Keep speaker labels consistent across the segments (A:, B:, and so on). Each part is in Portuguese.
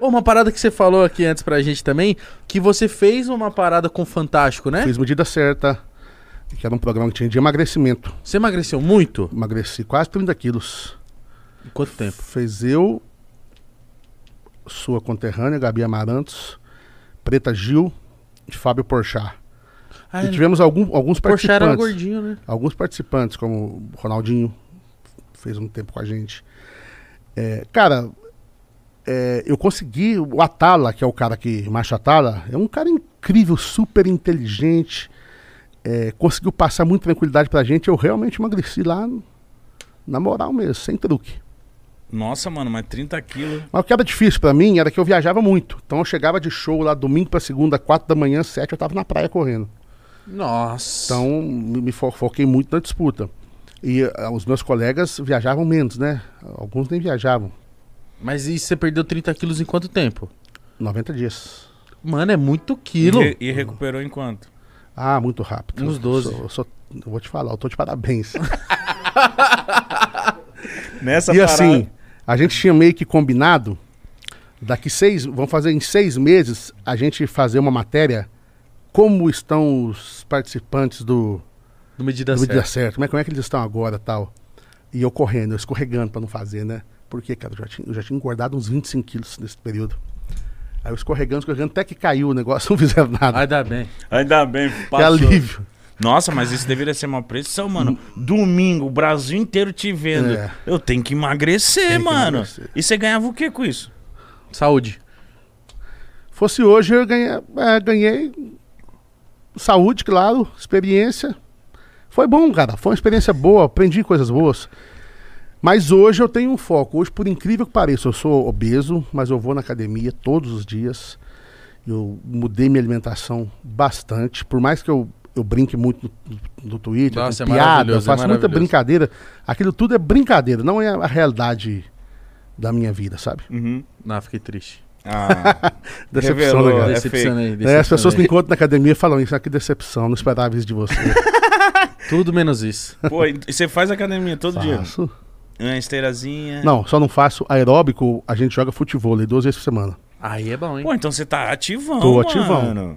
A: Ô, Uma parada que você falou aqui antes pra gente também, que você fez uma parada com o Fantástico, né?
B: Fiz medida certa, que era um programa que tinha de emagrecimento.
A: Você emagreceu muito?
B: Emagreci quase 30 quilos.
A: Em quanto tempo?
B: Fez eu, sua conterrânea, Gabi Amarantos, Preta Gil e Fábio Porchat.
A: Ah,
B: e tivemos algum- alguns
A: Poxa,
B: participantes.
A: era gordinho, né?
B: Alguns participantes, como o Ronaldinho, fez um tempo com a gente. É, cara, é, eu consegui. O Atala, que é o cara que. Macho Atala, é um cara incrível, super inteligente. é, conseguiu passar muita tranquilidade pra gente. Eu realmente emagreci lá, na moral mesmo, sem truque.
C: Nossa, mano, mas 30 quilos.
B: Mas o que era difícil pra mim era que eu viajava muito. Então eu chegava de show lá domingo pra segunda, quatro da manhã, sete, eu tava na praia correndo.
A: Nossa.
B: Então, me me fo- foquei muito na disputa. E ah, os meus colegas viajavam menos, né? Alguns nem viajavam.
A: Mas e você perdeu 30 quilos em quanto tempo?
B: 90 dias.
A: Mano, é muito quilo.
C: E, e recuperou em quanto?
B: Ah, muito rápido.
A: Uns 12.
B: Eu, sou- eu sou- eu vou te falar, eu tô de parabéns.
C: Nessa
B: e assim, a gente tinha meio que combinado, daqui seis, vamos fazer em seis meses, a gente fazer uma matéria, como estão os participantes do,
A: Do medida
B: do dia
A: certa.
B: certo. Como é, como é que eles estão agora tal? E eu correndo, eu escorregando pra não fazer, né? Porque, cara, eu já tinha, eu já tinha engordado uns 25 quilos nesse período. Aí eu escorregando, escorregando, até que caiu o negócio, não fizeram nada.
A: Ai, dá bem.
C: Ainda bem,
B: que
C: passou.
B: é alívio.
C: Nossa, mas isso deveria ser uma pressão, mano. Domingo, o Brasil inteiro te vendo.
B: É.
C: Eu tenho que emagrecer,
B: Tem que
C: mano.
B: emagrecer.
C: E você ganhava o que com isso?
A: Saúde.
B: Fosse hoje, eu ganhei, é, ganhei saúde, claro, experiência. Foi bom, cara. Foi uma experiência boa, aprendi coisas boas. Mas hoje eu tenho um foco. Hoje, por incrível que pareça, eu sou obeso, mas eu vou na academia todos os dias. Eu mudei minha alimentação bastante. Por mais que eu, eu brinque muito no, no Twitter,
A: Nossa, é
B: com piada, eu
A: maravilhoso, é
B: faço muita
A: maravilhoso.
B: brincadeira. Aquilo tudo é brincadeira, não é a realidade da minha vida, sabe?
C: Uhum.
A: Não, fiquei triste.
C: Ah,
B: Decepção, né,
C: Revelou,
B: cara?
C: É
A: decepcionei,
B: É, as
C: né?
B: pessoas me
A: decepcionei.
B: encontram na academia e falam isso, ah, que decepção, não esperava isso de você.
A: Tudo menos isso.
C: pô, e você faz academia todo dia?
B: faço.
C: Uma esteirazinha.
B: Não, só não faço aeróbico, a gente joga futebol duas vezes por semana.
A: Aí é bom, hein?
C: Pô, então você tá ativão,
B: Tô
C: mano.
B: ativão.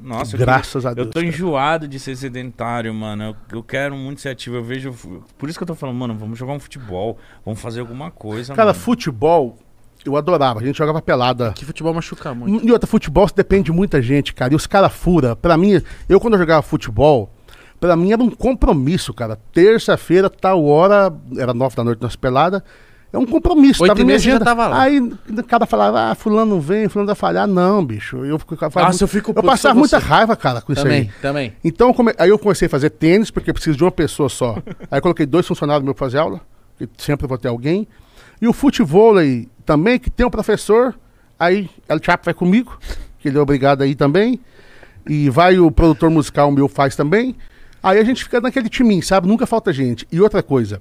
C: Nossa, eu tô-
B: Graças a
C: Eu
B: Deus.
C: tô
B: cara.
C: enjoado de ser sedentário, mano. Eu, eu quero muito ser ativo. Eu vejo. Por isso que eu tô falando, mano, vamos jogar um futebol. Vamos fazer alguma coisa.
B: Cara,
C: mano.
B: futebol, eu adorava, a gente jogava pelada.
A: Que futebol machuca muito.
B: E outra, futebol se depende de muita gente, cara. E os caras fura. Pra mim, eu quando eu jogava futebol, pra mim era um compromisso, cara. Terça-feira, tal hora, era nove da noite nas peladas. É um compromisso.
A: Oito
B: tava
A: e
B: na
A: meia
B: minha
A: você já
B: agenda.
A: tava lá.
B: Aí o cara falava, ah, fulano não vem, fulano vai falhar. Não, bicho. Eu, ficava-
A: Nossa, eu fico
B: eu
A: puto com
B: passava muita
A: você.
B: raiva, cara, com
A: Também,
B: isso aí.
A: também.
B: Então eu come- aí eu comecei a fazer tênis, porque eu preciso de uma pessoa só. aí eu coloquei dois funcionários meus pra fazer aula, que sempre vou ter alguém. E o futebol aí também, que tem um professor, aí El Chapo vai comigo, que ele é obrigado aí também. E vai o produtor musical meu faz também. Aí a gente fica naquele timinho, sabe? Nunca falta gente. E outra coisa,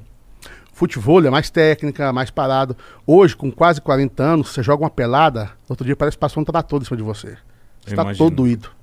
B: futebol é mais técnica, mais parado. Hoje, com quase 40 anos, você joga uma pelada, outro dia parece que passou um trator em cima de você. Você
C: Eu
B: tá
C: imagino.
B: todo doído.